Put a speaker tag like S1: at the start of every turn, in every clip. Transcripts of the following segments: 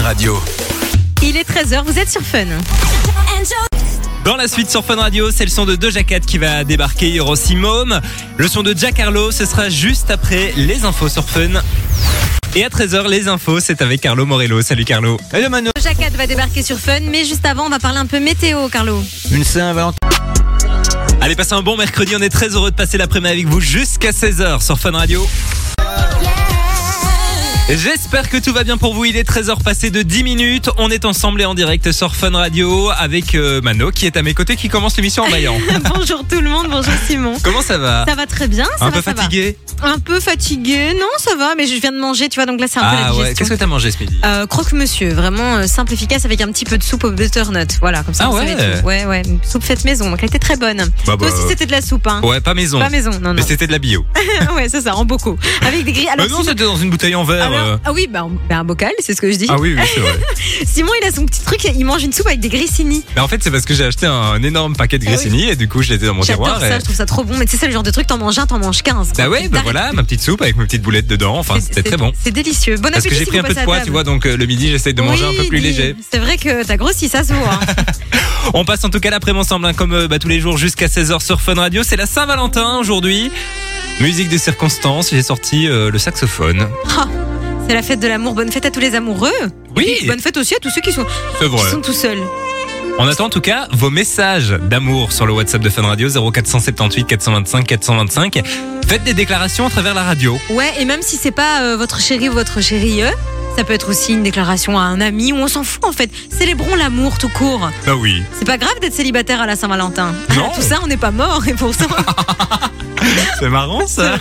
S1: Radio.
S2: Il est 13h, vous êtes sur Fun.
S3: Dans la suite sur Fun Radio, c'est le son de Doja Cat qui va débarquer. Il y aura aussi Mom. Le son de Jack Harlow, ce sera juste après les infos sur Fun. Et à 13h, les infos, c'est avec Carlo Morello. Salut Carlo.
S4: Hello Mano.
S2: Jacquette va débarquer sur Fun, mais juste avant, on va parler un peu météo, Carlo.
S4: Une Saint-Valentin.
S3: Allez, passez un bon mercredi. On est très heureux de passer l'après-midi avec vous jusqu'à 16h sur Fun Radio. J'espère que tout va bien pour vous. Il est 13h passé de 10 minutes. On est ensemble et en direct sur Fun Radio avec euh, Mano qui est à mes côtés qui commence l'émission en baillant.
S2: bonjour tout le monde, bonjour Simon.
S3: Comment ça va
S2: Ça va très bien, ça
S3: Un
S2: va,
S3: peu
S2: ça va.
S3: fatigué
S2: Un peu fatigué, non, ça va, mais je viens de manger, tu vois, donc là c'est un
S3: Ah
S2: peu la
S3: ouais, qu'est-ce
S2: digestion.
S3: que t'as mangé ce midi
S2: Euh, croque-monsieur, vraiment euh, simple, efficace, avec un petit peu de soupe au butternut. Voilà, comme ça.
S3: Ah
S2: vous
S3: ouais.
S2: savez tout. Ouais, ouais, une soupe faite maison, donc elle était très bonne.
S3: Bah, bah,
S2: Toi aussi,
S3: euh,
S2: c'était de la soupe, hein.
S3: Ouais, pas maison.
S2: Pas maison, Ah, non,
S3: Mais
S2: non.
S3: c'était de la bio.
S2: ouais, c'est ça, en beaucoup. Avec des grilles. Alors,
S3: Bah non,
S2: Simon-
S3: c'était dans une bouteille en verre.
S2: alors-
S3: euh.
S2: ah oui, bah, bah, un bocal, c'est ce que je dis.
S3: Ah oui, oui, c'est vrai.
S2: Simon, il a son petit truc, il mange une soupe avec des grissini.
S3: Bah en fait, c'est parce que j'ai acheté un énorme paquet de grissini et du coup, je l'étais dans mon
S2: Ah J'adore
S3: tiroir.
S2: ça,
S3: et-
S2: je trouve ça trop bon. Mais c'est ça le genre de truc, t'en manges un, t'en manges 15. quoi.
S3: Bah ouais,
S2: T'arrêtes.
S3: bah voilà, ma petite soupe avec mes petites boulettes dedans. Enfin,
S2: C'est-
S3: c'était
S2: c'est-
S3: très bon.
S2: C'est délicieux. Bon
S3: Parce
S2: appétit
S3: que j'ai
S2: si
S3: pris
S2: vous
S3: un peu de
S2: passez à
S3: poids,
S2: table.
S3: tu vois, donc euh, le midi, j'essaye de manger un
S2: Oui,
S3: peu plus
S2: dis,
S3: léger.
S2: C'est vrai que t'as grossi, ça se voit. hein.
S3: On passe en tout cas l'après-midi ensemble, hein, comme euh, bah, tous les jours jusqu'à 16h sur Fun Radio. C'est la Saint-Valentin aujourd'hui. Musique des circonstances, j'ai sorti euh, le saxophone.
S2: Ah, c'est la fête de l'amour. Bonne fête à tous les amoureux.
S3: Oui,
S2: Bonne fête aussi à tous ceux qui sont,
S3: c'est
S2: qui
S3: vrai.
S2: sont tout seuls.
S3: On attend en tout cas vos messages d'amour sur le WhatsApp de Fun Radio 0478 425 425. Faites des déclarations à travers la radio.
S2: Ouais, et même si c'est pas euh, votre chéri ou votre chérie, euh, ça peut être aussi une déclaration à un ami ou on s'en fout en fait. Célébrons l'amour tout court.
S3: Bah oui.
S2: C'est pas grave d'être célibataire à la Saint-Valentin. Ah,
S3: Non.
S2: tout ça, on n'est pas mort et pour ça.
S3: C'est marrant ça.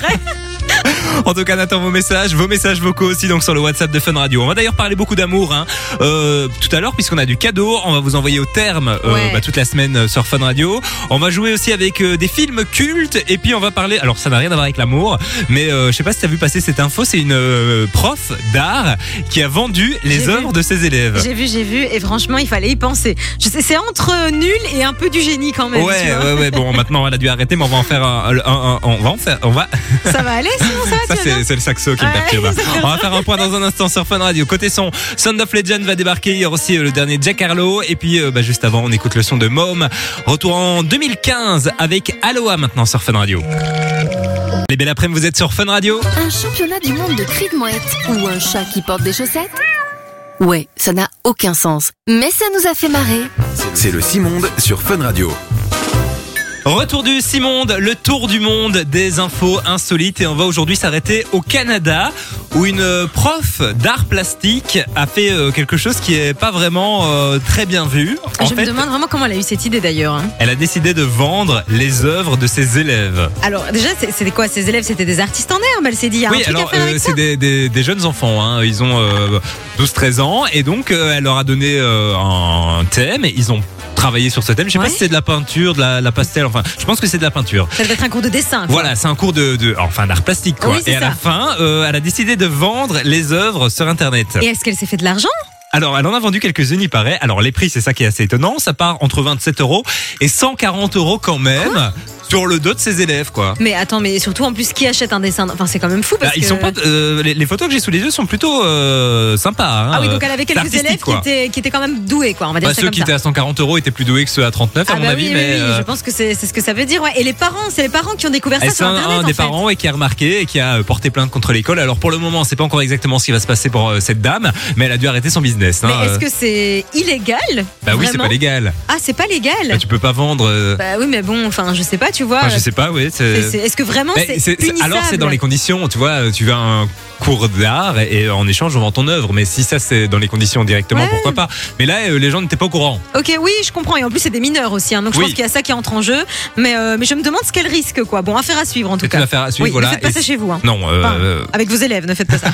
S3: En tout cas, on attend vos messages, vos messages vocaux aussi donc sur le WhatsApp de Fun Radio. On va d'ailleurs parler beaucoup d'amour hein, euh, tout à l'heure puisqu'on a du cadeau. On va vous envoyer au terme euh,
S2: Ouais.
S3: bah, toute la semaine euh, sur Fun Radio. On va jouer aussi avec euh, des films cultes et puis on va parler. Alors ça n'a rien à voir avec l'amour, mais euh, je sais pas si t'as vu passer cette info. C'est une euh, prof d'art qui a vendu
S2: J'ai
S3: les
S2: vu.
S3: œuvres de ses élèves.
S2: J'ai vu, j'ai vu, et franchement, il fallait y penser. Je sais, c'est entre nul et un peu du génie quand même. tu
S3: Ouais,
S2: vois.
S3: ouais, ouais. Bon, maintenant elle a dû arrêter, mais on va en faire un. un- un- on va en faire. On va.
S2: Ça va aller, sinon ça va,
S3: Ça,
S2: tu vas
S3: c'est
S2: bien
S3: c'est le saxo qui me
S2: Ouais,
S3: perturbe.
S2: c'est comme
S3: On va faire un point dans un instant sur Fun Radio. Côté son, Sound of Legend va débarquer. Il y aura aussi euh, le dernier Jack Harlow. Et puis, euh, bah, juste avant, on écoute le son de Mom. Retour en 2015 avec Aloha maintenant sur Fun Radio. Les belles après vous êtes sur Fun Radio.
S5: Un championnat du monde de cris de mouette ou un chat qui porte des chaussettes Ouais, ça n'a aucun sens, mais ça nous a fait marrer.
S1: C'est le Simonde sur Fun Radio.
S3: Retour du Simonde, le tour du monde des infos insolites. Et on va aujourd'hui s'arrêter au Canada où une euh, prof d'art plastique a fait euh, quelque chose qui est pas vraiment euh, très bien vu. En
S2: Je me
S3: fait,
S2: demande vraiment comment elle a eu cette idée d'ailleurs. hein.
S3: elle a décidé de vendre les œuvres de ses élèves.
S2: Alors, déjà, c'est- c'était quoi Ces élèves, c'était des artistes en herbe. Elle s'est dit, il y a un
S3: Oui,
S2: truc
S3: alors
S2: à faire
S3: euh,
S2: avec ça.
S3: c'est des, des- des jeunes enfants, hein. ils ont 12-13 ans, et donc euh, elle leur a donné euh, un thème, et ils ont travaillé sur ce thème. Je sais
S2: Ouais.
S3: pas si c'est de la peinture, de la, la pastel, enfin, je pense que c'est de la peinture.
S2: Ça devait être un cours de dessin. quoi.
S3: Voilà, c'est un cours de, de- enfin d'art plastique, quoi.
S2: Oui, c'est
S3: et à la
S2: ça.
S3: fin, euh, elle a décidé de vendre les œuvres sur Internet.
S2: Et est-ce qu'elle s'est fait de l'argent
S3: Alors, elle en a vendu quelques-unes, il paraît. Alors, les prix, c'est ça qui est assez étonnant. Ça part entre 27 euros et 140 euros quand même sur le dos de ses élèves, quoi.
S2: Mais attends, mais surtout, en plus, qui achète un dessin Enfin, c'est quand même fou parce
S3: Bah, ils
S2: que-
S3: sont pas, euh, les, les photos que j'ai sous les yeux sont plutôt euh, sympas. hein.
S2: Ah oui, donc elle avait quelques
S3: Artistique,
S2: élèves qui
S3: quoi.
S2: étaient, qui étaient quand même doués, quoi. On va dire
S3: Bah,
S2: ça
S3: ceux
S2: comme
S3: qui
S2: ça.
S3: étaient à 140 euros étaient plus doués que ceux à 39 à
S2: Ah
S3: mon
S2: bah
S3: avis,
S2: oui, oui,
S3: mais
S2: oui,
S3: euh,
S2: je pense que c'est c'est ce que ça veut dire. Ouais. Et les parents, c'est les parents qui ont découvert ça
S3: est-ce
S2: sur
S3: un,
S2: Internet.
S3: un
S2: en
S3: des
S2: fait.
S3: parents et qui a remarqué et qui a euh, porté plainte contre l'école. Alors pour le moment, c'est pas encore exactement ce qui va se passer pour euh, cette dame, mais elle a dû arrêter son business. hein.
S2: Mais est-ce
S3: Euh,
S2: que c'est illégal
S3: bah oui, c'est
S2: Vraiment
S3: pas légal.
S2: Ah, c'est pas légal
S3: Bah, tu peux pas vendre. euh,
S2: Bah oui, mais bon, enfin, je sais pas, tu vois.
S3: enfin, je sais pas, oui.
S2: c'est-
S3: c'est-
S2: c'est- Est-ce que vraiment
S3: Mais
S2: c'est
S3: c'est- c'est-
S2: punissable
S3: alors c'est dans les conditions, tu vois, euh, tu vas à un cours d'art et, et en échange on vend ton œuvre, mais si ça c'est dans les conditions directement,
S2: Ouais.
S3: pourquoi pas Mais là, euh, les gens n'étaient pas au courant.
S2: Ok, oui, je comprends. Et en plus, c'est des mineurs aussi, hein, donc je
S3: Oui.
S2: pense qu'il y a ça qui entre en jeu. Mais, euh, mais je me demande ce qu'elle risque, quoi. Bon, affaire à suivre en tout
S3: C'est une
S2: cas.
S3: affaire à suivre,
S2: oui,
S3: voilà.
S2: ne faites pas
S3: Et
S2: ça
S3: si-
S2: chez vous. hein.
S3: Non, euh,
S2: Enfin,
S3: euh,
S2: Avec vos élèves, ne faites pas ça.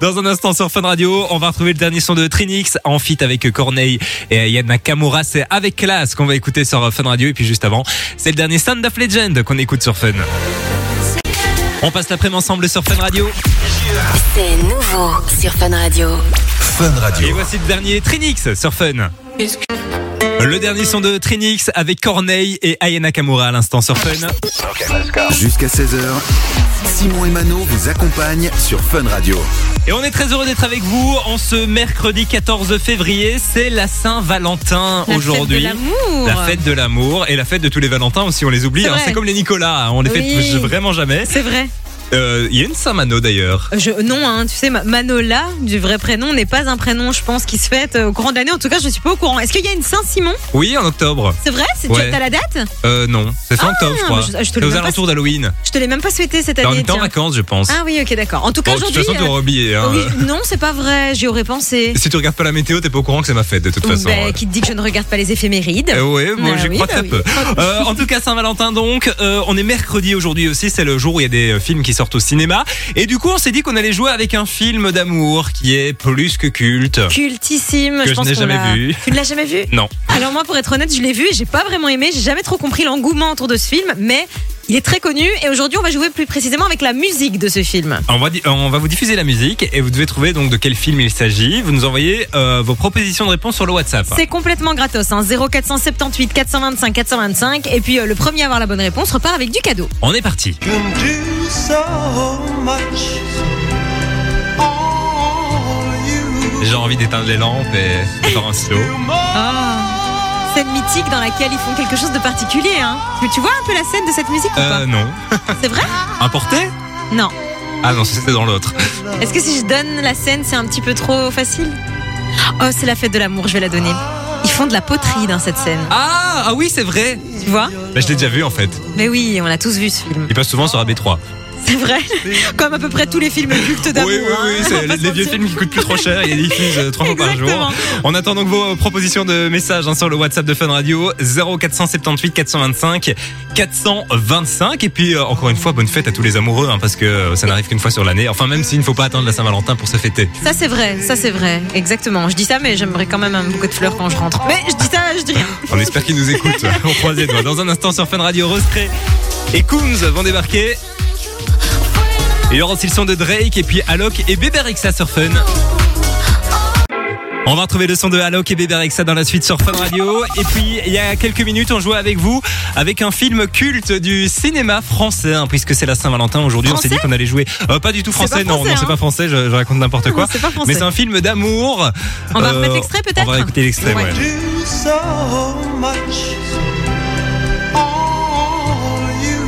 S3: dans un instant sur Fun Radio, on va retrouver le dernier son de Trinix en fit avec Corneille et Ayana Nakamura. C'est avec classe qu'on va écouter sur Fun Radio. Et puis juste avant, c'est le dernier Sound of Legend qu'on écoute sur Fun. On passe l'après-midi ensemble sur Fun Radio.
S5: C'est nouveau sur Fun Radio.
S1: Fun
S3: Et
S1: Radio.
S3: voici le dernier Trinix sur Fun. Le dernier son de Trinix avec Corneille et Aya Nakamura à l'instant sur Fun.
S1: Jusqu'à 16h, Simon et Mano vous accompagnent sur Fun Radio.
S3: Et on est très heureux d'être avec vous en ce mercredi 14 février. C'est la Saint-Valentin
S2: La
S3: aujourd'hui.
S2: fête de l'amour.
S3: La fête de l'amour et la fête de tous les Valentins aussi, on les oublie.
S2: euh, C'est
S3: hein.
S2: vrai.
S3: C'est comme les Nicolas, hein, on les
S2: Oui.
S3: fait vraiment jamais.
S2: C'est vrai.
S3: Euh, Il y a une Saint-Mano d'ailleurs.
S2: Je, non, hein, tu sais, Ma- Manola, du vrai prénom, n'est pas un prénom, je pense, qui se fête euh, au courant de l'année. En tout cas, je ne suis pas au courant. Est-ce qu'il y a une Saint-Simon
S3: Oui, en octobre.
S2: C'est vrai C'est
S3: Ouais.
S2: tu as la date
S3: Euh, non, c'est fin octobre, je
S2: mais
S3: crois.
S2: Ah, je- je te
S3: C'est
S2: l'ai
S3: aux
S2: même pas
S3: alentours d'Halloween.
S2: Je te l'ai même pas souhaité cette
S3: T'es Bah, en
S2: année.
S3: même temps en
S2: tiens.
S3: vacances, je pense.
S2: Ah oui, ok, d'accord. En tout cas,
S3: Bon, de toute
S2: aujourd'hui.
S3: façon, tu
S2: euh,
S3: auras oublié. hein.
S2: oui, non, c'est pas vrai. J'y aurais pensé.
S3: Si tu regardes pas la météo, t'es pas au courant que c'est ma fête de toute façon.
S2: Ben,
S3: ouais.
S2: qui te dit que je ne regarde pas les éphémérides
S3: Euh, ouais, moi
S2: Bah
S3: j'y
S2: oui,
S3: crois
S2: bah
S3: très
S2: oui.
S3: peu. Euh, en tout cas, Saint-Valentin donc. euh, on est mercredi aujourd'hui aussi. C'est le jour où il y a des euh, films qui sortent au cinéma. Et du coup, on s'est dit qu'on allait jouer avec un film d'amour qui est plus que culte.
S2: Cultissime.
S3: Que je
S2: je pense
S3: n'ai
S2: qu'on
S3: jamais
S2: l'a-
S3: vu.
S2: Tu ne l'as jamais vu
S3: Non.
S2: Alors moi, pour être honnête, je l'ai vu et j'ai pas vraiment aimé. J'ai jamais trop compris l'engouement autour de ce film, mais il est très connu. Et aujourd'hui, on va jouer plus précisément avec la musique de ce film.
S3: On va, di- euh, on va vous diffuser la musique et vous devez trouver donc de quel film il s'agit. Vous nous envoyez euh, vos propositions de réponse sur le WhatsApp.
S2: C'est complètement gratos, hein, 0478 425 425. Et puis euh, le premier à avoir la bonne réponse repart avec du cadeau.
S3: On est parti.
S4: can do so much. All you
S3: J'ai envie d'éteindre les lampes et de faire un slow.
S4: do more.
S2: Scène mythique dans laquelle ils font quelque chose de particulier. Hein. Mais tu vois un peu la scène de cette musique ou pas
S3: Euh, non.
S2: C'est vrai
S3: Importé
S2: Non.
S3: Ah non, c'était dans l'autre.
S2: Est-ce que si je donne la scène, c'est un petit peu trop facile Oh, c'est la fête de l'amour, je vais la donner. Ils font de la poterie dans cette scène,
S3: Ah, ah oui, c'est vrai.
S2: tu vois
S3: Bah, je l'ai déjà vu en fait.
S2: Mais oui, on l'a tous vu ce film.
S3: Il passe souvent sur AB3.
S2: C'est vrai Comme à peu près tous les films cultes
S3: Oui,
S2: d'amour.
S3: oui, oui,
S2: hein. On
S3: c'est
S2: va
S3: les,
S2: pas
S3: les vieux
S2: se mentir.
S3: films qui coûtent plus trop cher, ils les diffusent euh, trois fois par
S2: Exactement.
S3: jour. On attend donc vos euh, propositions de messages hein, sur le WhatsApp de Fun Radio 0478 425 425. Et puis euh, encore une fois, bonne fête à tous les amoureux, hein, parce que euh, ça n'arrive qu'une fois sur l'année. Enfin, même s'il ne faut pas attendre la Saint-Valentin pour se fêter.
S2: Ça c'est vrai, ça c'est vrai, exactement. Je dis ça, mais j'aimerais quand même un bouquet de fleurs quand je rentre. Mais je dis ça, je dis rien.
S3: On espère qu'ils nous écoutent. On croise les doigts. Dans un instant sur Fun Radio, Rostré et Coombs vont débarquer. Et il y aura aussi le son de Drake et puis Alok et Bébé Rexha sur Fun. On va retrouver le son de Alok et Bébé Rexha dans la suite sur Fun Radio. Et puis, il y a quelques minutes, on jouait avec vous avec un film culte du cinéma français, hein, puisque c'est la Saint-Valentin. Aujourd'hui, on s'est dit qu'on allait jouer. euh, pas du tout
S2: pas
S3: français, non,
S2: français,
S3: non, c'est
S2: hein.
S3: pas français, je, je raconte n'importe
S2: Non,
S3: quoi.
S2: c'est pas français.
S3: Mais c'est un film d'amour. Euh,
S2: On va remettre l'extrait, peut-être
S3: On va écouter l'extrait,
S2: Ouais.
S3: ouais.
S4: Do so much. All you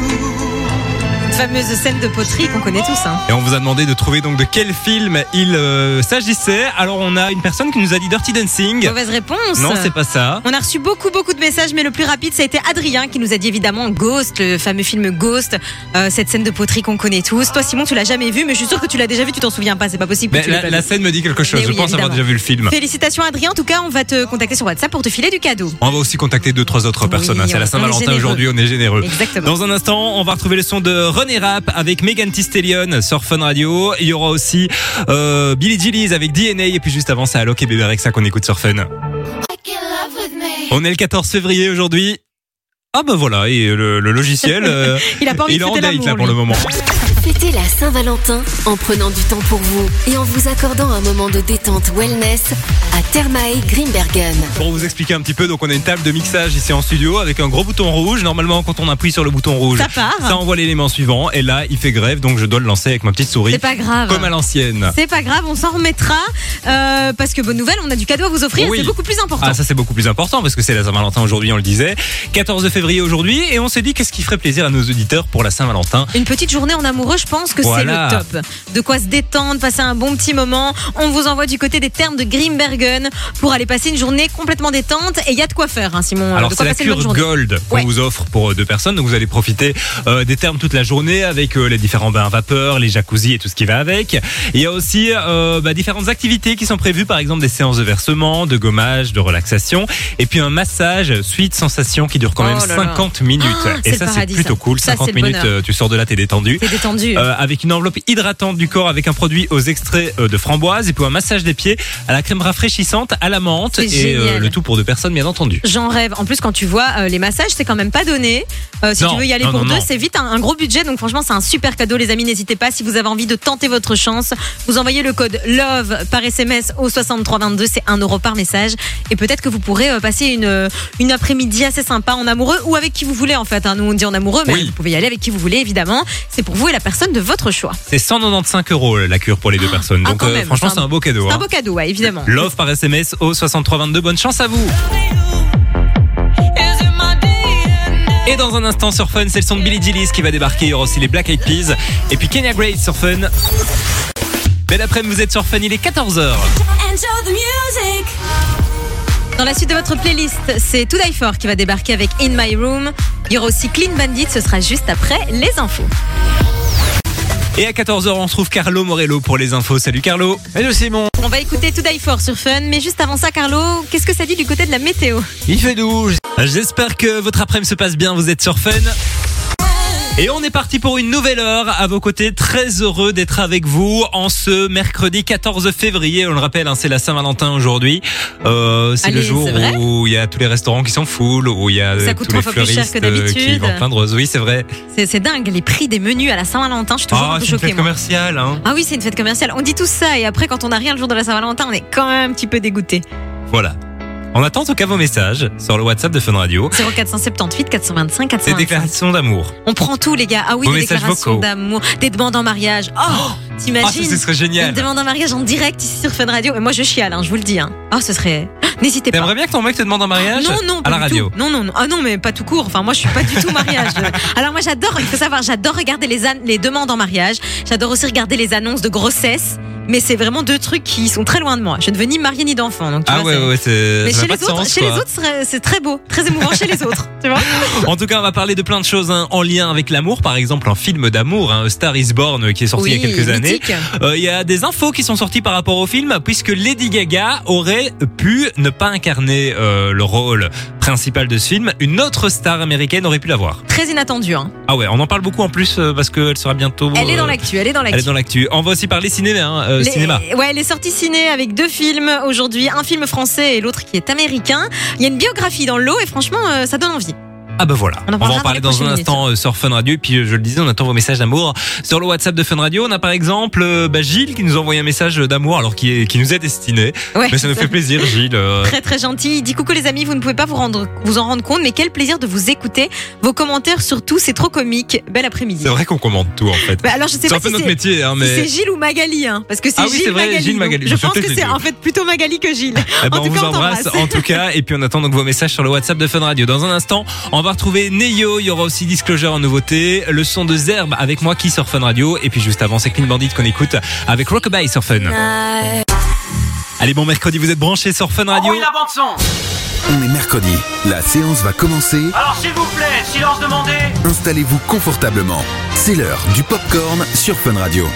S2: Cette fameuse scène de poterie qu'on connaît tous. Hein.
S3: Et on vous a demandé de trouver donc de quel film il euh, s'agissait. Alors on a une personne qui nous a dit Dirty Dancing.
S2: Mauvaise réponse.
S3: Non, c'est pas ça.
S2: On a reçu beaucoup, beaucoup de messages, mais le plus rapide, ça a été Adrien qui nous a dit évidemment Ghost, le fameux film Ghost, euh, cette scène de poterie qu'on connaît tous. Toi, Simon, tu l'as jamais vu, mais je suis sûre que tu l'as déjà vu, tu t'en souviens pas, c'est pas possible. que
S3: Mais
S2: tu l'aies
S3: la,
S2: pas
S3: la
S2: vu.
S3: scène me dit quelque chose.
S2: Mais
S3: je
S2: oui,
S3: pense avoir
S2: évidemment.
S3: déjà vu le film.
S2: Félicitations, Adrien. En tout cas, on va te contacter sur WhatsApp pour te filer du cadeau.
S3: On va aussi contacter deux trois autres
S2: Oui,
S3: personnes. hein. C'est
S2: on- on
S3: la
S2: est
S3: Saint-Valentin
S2: généreux.
S3: aujourd'hui, on est généreux.
S2: Exactement.
S3: Dans un instant, on va retrouver le son de René Rap avec Megan Thee Stallion sur Fun Radio. Il y aura aussi euh, Billy Gillies avec DNA et puis juste avant ça, Alok et Bébé Rexha qu'on écoute sur Fun. On est le 14 février aujourd'hui. Ah ben voilà, et le, le logiciel, euh,
S2: Il a pas envie
S3: il
S2: de
S3: est en
S2: fêter
S3: date là
S2: l'amour,
S3: pour le
S2: lui.
S3: moment.
S5: Fêtez la Saint-Valentin en prenant du temps pour vous et en vous accordant un moment de détente wellness à Thermae Grimbergen.
S3: Pour vous expliquer un petit peu, donc on a une table de mixage ici en studio avec un gros bouton rouge. Normalement, quand on appuie sur le bouton rouge,
S2: Ça part.
S3: ça envoie l'élément suivant. Et là, il fait grève, donc je dois le lancer avec ma petite souris.
S2: C'est pas grave.
S3: Comme à l'ancienne.
S2: C'est pas grave, on s'en remettra. euh, parce que bonne nouvelle, on a du cadeau à vous offrir,
S3: Oui.
S2: c'est beaucoup plus important.
S3: Ah, ça c'est beaucoup plus important parce que c'est la Saint-Valentin aujourd'hui, on le disait. 14 de février aujourd'hui, et on s'est dit qu'est-ce qui ferait plaisir à nos auditeurs pour la Saint-Valentin.
S2: Une petite journée en amoureux, je pense que
S3: Voilà.
S2: c'est le top. De quoi se détendre, passer un bon petit moment. On vous envoie du côté des termes de Grimbergen pour aller passer une journée complètement détente. Et il y a de quoi faire, hein, Simon.
S3: Alors
S2: de
S3: c'est
S2: quoi
S3: la
S2: passer une bonne
S3: cure
S2: journée.
S3: Gold qu'on
S2: Ouais.
S3: vous offre pour euh, deux personnes, donc vous allez profiter euh, des termes toute la journée avec euh, les différents bains à vapeur, les jacuzzis et tout ce qui va avec. Il y a aussi euh, bah, différentes activités qui sont prévues, par exemple des séances de versement, de gommage, de relaxation, et puis un massage suite sensation qui dure quand
S2: Oh
S3: même
S2: là là.
S3: 50 minutes.
S2: Ah, c'est
S3: et
S2: le
S3: ça c'est
S2: paradis,
S3: plutôt
S2: ça.
S3: cool,
S2: Ça,
S3: 50
S2: c'est le
S3: minutes,
S2: bonheur.
S3: euh, tu sors de là t'es détendu.
S2: T'es détendu. sûr.
S3: euh, avec une enveloppe hydratante du corps, avec un produit aux extraits euh, de framboise, et puis un massage des pieds à la crème rafraîchissante, à la menthe,
S2: C'est
S3: et euh,
S2: génial.
S3: le tout pour deux personnes, bien entendu.
S2: J'en rêve. En plus, quand tu vois euh, les massages, c'est quand même pas donné. Euh, si
S3: Non,
S2: tu veux y aller
S3: non,
S2: pour
S3: non,
S2: deux,
S3: non.
S2: c'est vite un, un gros budget. Donc franchement, c'est un super cadeau, les amis. N'hésitez pas. Si vous avez envie de tenter votre chance, vous envoyez le code LOVE par SMS au 6322. C'est un euro par message. Et peut-être que vous pourrez euh, passer une, euh, une après-midi assez sympa en amoureux ou avec qui vous voulez en fait. hein. Nous on dit en amoureux, mais
S3: Oui.
S2: vous pouvez y aller avec qui vous voulez évidemment. C'est pour vous et la personne de votre choix.
S3: C'est 195 euros la cure pour les deux personnes.
S2: ah,
S3: Donc euh,
S2: quand même,
S3: franchement,
S2: c'est un-
S3: c'est un beau cadeau.
S2: C'est un
S3: hein.
S2: beau cadeau, ouais, évidemment.
S3: Love par SMS au 6322. Bonne chance à vous. Et dans un instant sur Fun, c'est le son de Billy Gillis qui va débarquer. Il y aura aussi les Black Eyed Peas et puis Kenya Grace sur Fun. Belle après-midi, vous êtes sur Fun, il est 14h.
S2: Dans la suite de votre playlist, c'est Today For qui va débarquer avec In My Room. Il y aura aussi Clean Bandit, ce sera juste après les infos.
S3: Et à 14h, on retrouve Carlo Morello pour les infos. Salut Carlo.
S6: Hello Simon,
S2: On va écouter Today For sur Fun, mais juste avant ça, Carlo, qu'est-ce que ça dit du côté de la météo
S6: il fait douche.
S3: J'espère que votre après-midi se passe bien, vous êtes sur Fun. Et on est parti pour une nouvelle heure à vos côtés. Très heureux d'être avec vous en ce mercredi 14 février. On le rappelle, hein, c'est la Saint-Valentin aujourd'hui. Euh, c'est le
S2: Allez,
S3: jour
S2: c'est vrai
S3: où il y a tous les restaurants qui sont full, où il y a
S2: Ça
S3: euh,
S2: coûte
S3: tous les
S2: trois fois plus cher
S3: fleuristes
S2: que
S3: euh, qui
S2: d'habitude.
S3: vendent plein de roses. Oui, c'est vrai.
S2: C'est c'est dingue, les prix des menus à la Saint-Valentin, je suis toujours
S3: Ah,
S2: un peu
S3: c'est une
S2: choquée.
S3: fête
S2: moi.
S3: commerciale. Hein.
S2: Ah oui, c'est une fête commerciale. On dit tout ça et après, quand on n'a rien le jour de la Saint-Valentin, on est quand même un petit peu dégoûté.
S3: Voilà. On attend en tout cas vos messages sur le WhatsApp de Fun Radio.
S2: 0478 425
S3: Ces
S2: 425.
S3: déclarations d'amour.
S2: On prend tout, les gars. Ah oui,
S3: Vos
S2: des
S3: messages
S2: déclarations
S3: vocaux.
S2: d'amour, des demandes en mariage. Oh,
S3: Ah, ça,
S2: t'imagines
S3: ce serait
S2: Une
S3: génial.
S2: demande en mariage en direct ici sur Fun Radio. Et moi, je chiale, hein, je vous le dis. Hein. Ah, ce serait. N'hésitez pas.
S3: T'aimerais bien que ton mec te demande en mariage
S2: Non, non, pas
S3: à la
S2: du
S3: radio.
S2: tout. Non, non, non. Ah non, mais pas tout court. Enfin, moi, je suis pas du tout mariage. Alors, moi, j'adore, il faut savoir, j'adore regarder les, an- les demandes en mariage. J'adore aussi regarder les annonces de grossesse. Mais c'est vraiment deux trucs qui sont très loin de moi. Je ne veux ni marier ni d'enfant. donc tu
S3: Ah
S2: vois,
S3: ouais,
S2: c'est-
S3: ouais, ouais, c'est.
S2: Mais
S3: ça
S2: chez
S3: n'a pas de
S2: les, autres,
S3: sens,
S2: chez les
S3: quoi.
S2: autres, c'est- c'est très beau, très émouvant chez les autres. Tu vois
S3: En tout cas, on va parler de plein de choses hein, en lien avec l'amour. Par exemple, un film d'amour, hein, Star is Born, qui est sorti il y a quelques années.
S2: mythique.
S3: Euh, Il y a des infos qui sont sorties par rapport au film, puisque Lady Gaga aurait pu ne pas incarner euh, le rôle principal de ce film. Une autre star américaine aurait pu l'avoir.
S2: Très inattendu. hein.
S3: Ah ouais, on en parle beaucoup en plus euh, parce qu'elle sera bientôt.
S2: Elle est dans
S3: euh,
S2: l'actu, elle est dans
S3: Elle est
S2: l'actu.
S3: dans l'actu. On va aussi parler cinéma. hein, euh,
S2: Les-
S3: cinéma.
S2: Ouais, les sorties ciné avec deux films aujourd'hui, un film français et l'autre qui est américain. Il y a une biographie dans l'eau et franchement, euh, ça donne envie.
S3: Ah bah voilà,
S2: On en
S3: on, va
S2: parlera
S3: en
S2: dans
S3: parler
S2: les
S3: dans un
S2: prochaines
S3: instant euh, sur Fun Radio. Et puis euh, je le disais, on attend vos messages d'amour sur le WhatsApp de Fun Radio. On a par exemple euh, bah, Gilles qui nous a envoyé un message d'amour alors qui, est, qui nous est destiné.
S2: Ouais.
S3: Mais ça nous fait plaisir Gilles. euh,
S2: Très très gentil. Il dit coucou les amis, vous ne pouvez pas vous, rendre, vous en rendre compte, mais quel plaisir de vous écouter. Vos commentaires surtout, c'est trop comique. Bel après-midi.
S3: c'est vrai qu'on commande tout en fait.
S2: Bah, alors je sais
S3: C'est
S2: pas
S3: un peu
S2: si
S3: notre
S2: c'est
S3: métier, hein,
S2: si
S3: mais
S2: c'est Gilles ou Magali, hein, parce que c'est
S3: Ah oui,
S2: Gilles,
S3: c'est vrai,
S2: Magali,
S3: Gilles
S2: donc
S3: Magali.
S2: Je
S3: Je
S2: pense
S3: sais
S2: que
S3: que
S2: c'est
S3: c'est
S2: en fait plutôt Magali que Gilles.
S3: eh ben,
S2: en
S3: on
S2: tout
S3: vous
S2: cas, on
S3: embrasse
S2: t'embrasse.
S3: en tout cas. Et puis on attend donc vos messages sur le WhatsApp de Fun Radio. Dans un instant, on va retrouver Neyo. Il y aura aussi Disclosure en nouveauté, le son de Zerbe avec moi qui sur Fun Radio. Et puis juste avant, c'est Clean Bandit qu'on écoute avec Rockabye sur Fun. Allez, bon mercredi, vous êtes branchés sur Fun Radio.
S2: Oh,
S7: Oui, la bande son.
S1: On est mercredi. La séance va commencer.
S7: Alors s'il vous plaît, silence demandé.
S1: Installez-vous confortablement. C'est l'heure du popcorn sur Fun Radio.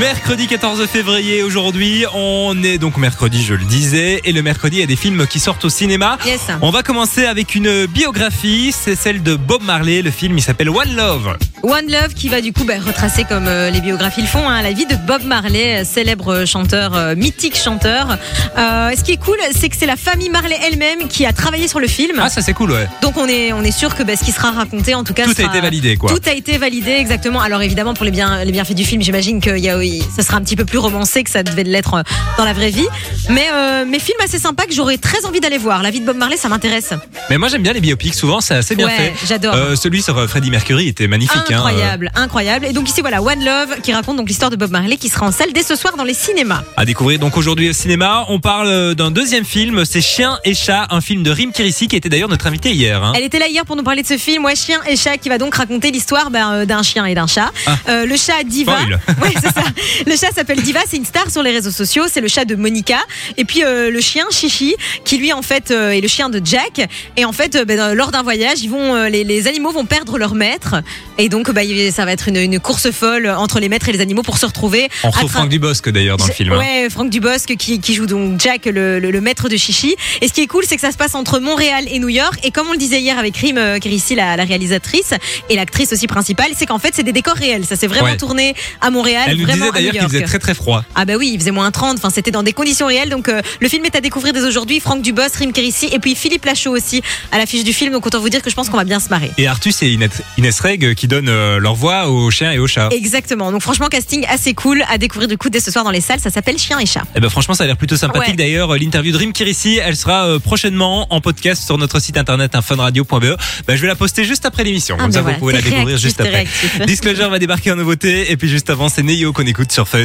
S3: Mercredi 14 février aujourd'hui, on est donc mercredi je le disais, et le mercredi il y a des films qui sortent au cinéma.
S2: Yes.
S3: On va commencer avec une biographie, c'est celle de Bob Marley, le film il s'appelle One Love.
S2: One Love qui va du coup ben, retracer comme euh, les biographies le font hein, la vie de Bob Marley, euh, célèbre euh, chanteur, euh, mythique chanteur. Euh, ce qui est cool, c'est que c'est la famille Marley elle-même qui a travaillé sur le film.
S3: Ah ça c'est cool ouais,
S2: Donc on est on est sûr que ben, ce qui sera raconté en tout cas
S3: tout a
S2: sera-
S3: été validé quoi.
S2: Tout a été validé exactement. Alors évidemment pour les bien les bienfaits du film, j'imagine que y a, oui, ça sera un petit peu plus romancé que ça devait l'être euh, dans la vraie vie. Mais euh, mais film assez sympa que j'aurais très envie d'aller voir. La vie de Bob Marley, ça m'intéresse.
S3: Mais moi j'aime bien les biopics, souvent c'est assez bien
S2: Ouais,
S3: fait.
S2: j'adore.
S3: Euh, celui sur euh, Freddie Mercury était magnifique. hein, euh,
S2: Incroyable, incroyable. Et donc ici voilà One Love qui raconte donc l'histoire de Bob Marley qui sera en salle dès ce soir dans les cinémas.
S3: euh, à découvrir donc aujourd'hui au cinéma. On parle euh, d'un deuxième film, c'est Chiens et Chats, un film de Rim Kirissi qui était d'ailleurs notre invité hier. hein.
S2: Elle était là hier pour nous parler de ce film, ouais, Chien et Chat, qui va donc raconter l'histoire ben, euh, d'un chien et d'un chat. Euh, le chat Diva.
S3: Ah. Spoil.
S2: Ouais, c'est ça. Le chat s'appelle Diva, c'est une star sur les réseaux sociaux, c'est le chat de Monica. Et puis euh, le chien Chichi, qui lui en fait euh, est le chien de Jack. Et en fait, euh, ben, euh, lors d'un voyage, ils vont, euh, les, les animaux vont perdre leur maître. Et donc, bah, il y- ça va être une, une course folle entre les maîtres et les animaux pour se retrouver.
S3: On retrouve
S2: Attra-
S3: Franck Dubosc d'ailleurs dans le
S2: J-
S3: film. hein.
S2: Ouais, Franck Dubosc qui, qui joue donc Jack, le, le- le maître de Chichi. Et ce qui est cool, c'est que ça se passe entre Montréal et New York. Et comme on le disait hier avec Rim, euh, qui est ici la, la réalisatrice et l'actrice aussi principale, c'est qu'en fait, c'est des décors réels. Ça s'est vraiment
S3: Ouais.
S2: tourné à Montréal,
S3: Elle nous
S2: vraiment
S3: disait
S2: à New
S3: d'ailleurs qu'il
S2: York.
S3: faisait très très froid.
S2: Ah bah oui, il faisait moins 30, enfin c'était dans des conditions réelles. Donc euh, le film est à découvrir dès aujourd'hui, Franck Dubos, Rim Kérissi et puis Philippe Lachaud aussi à l'affiche du film. Donc autant vous dire que je pense qu'on va bien se marrer.
S3: Et Artus et Inès Inès Reg qui donnent euh, leur voix aux chiens et aux chats. Et,
S2: Exactement. Donc franchement casting assez cool à découvrir du coup dès ce soir dans les salles. Ça s'appelle Chien et Chat.
S3: ben franchement, ça a l'air plutôt sympathique.
S2: Ouais.
S3: D'ailleurs, euh, l'interview de Rim Kirissi, elle sera euh, prochainement en podcast sur notre site internet hein, funradio.be. Ben, je vais la poster juste après l'émission.
S2: Ah,
S3: Comme
S2: ben
S3: ça,
S2: voilà,
S3: vous pouvez la
S2: c'est
S3: découvrir
S2: réactif,
S3: juste
S2: c'est
S3: après.
S2: réactif.
S3: Disclosure va débarquer en nouveauté. Et puis juste avant, c'est Neo qu'on écoute sur Fun.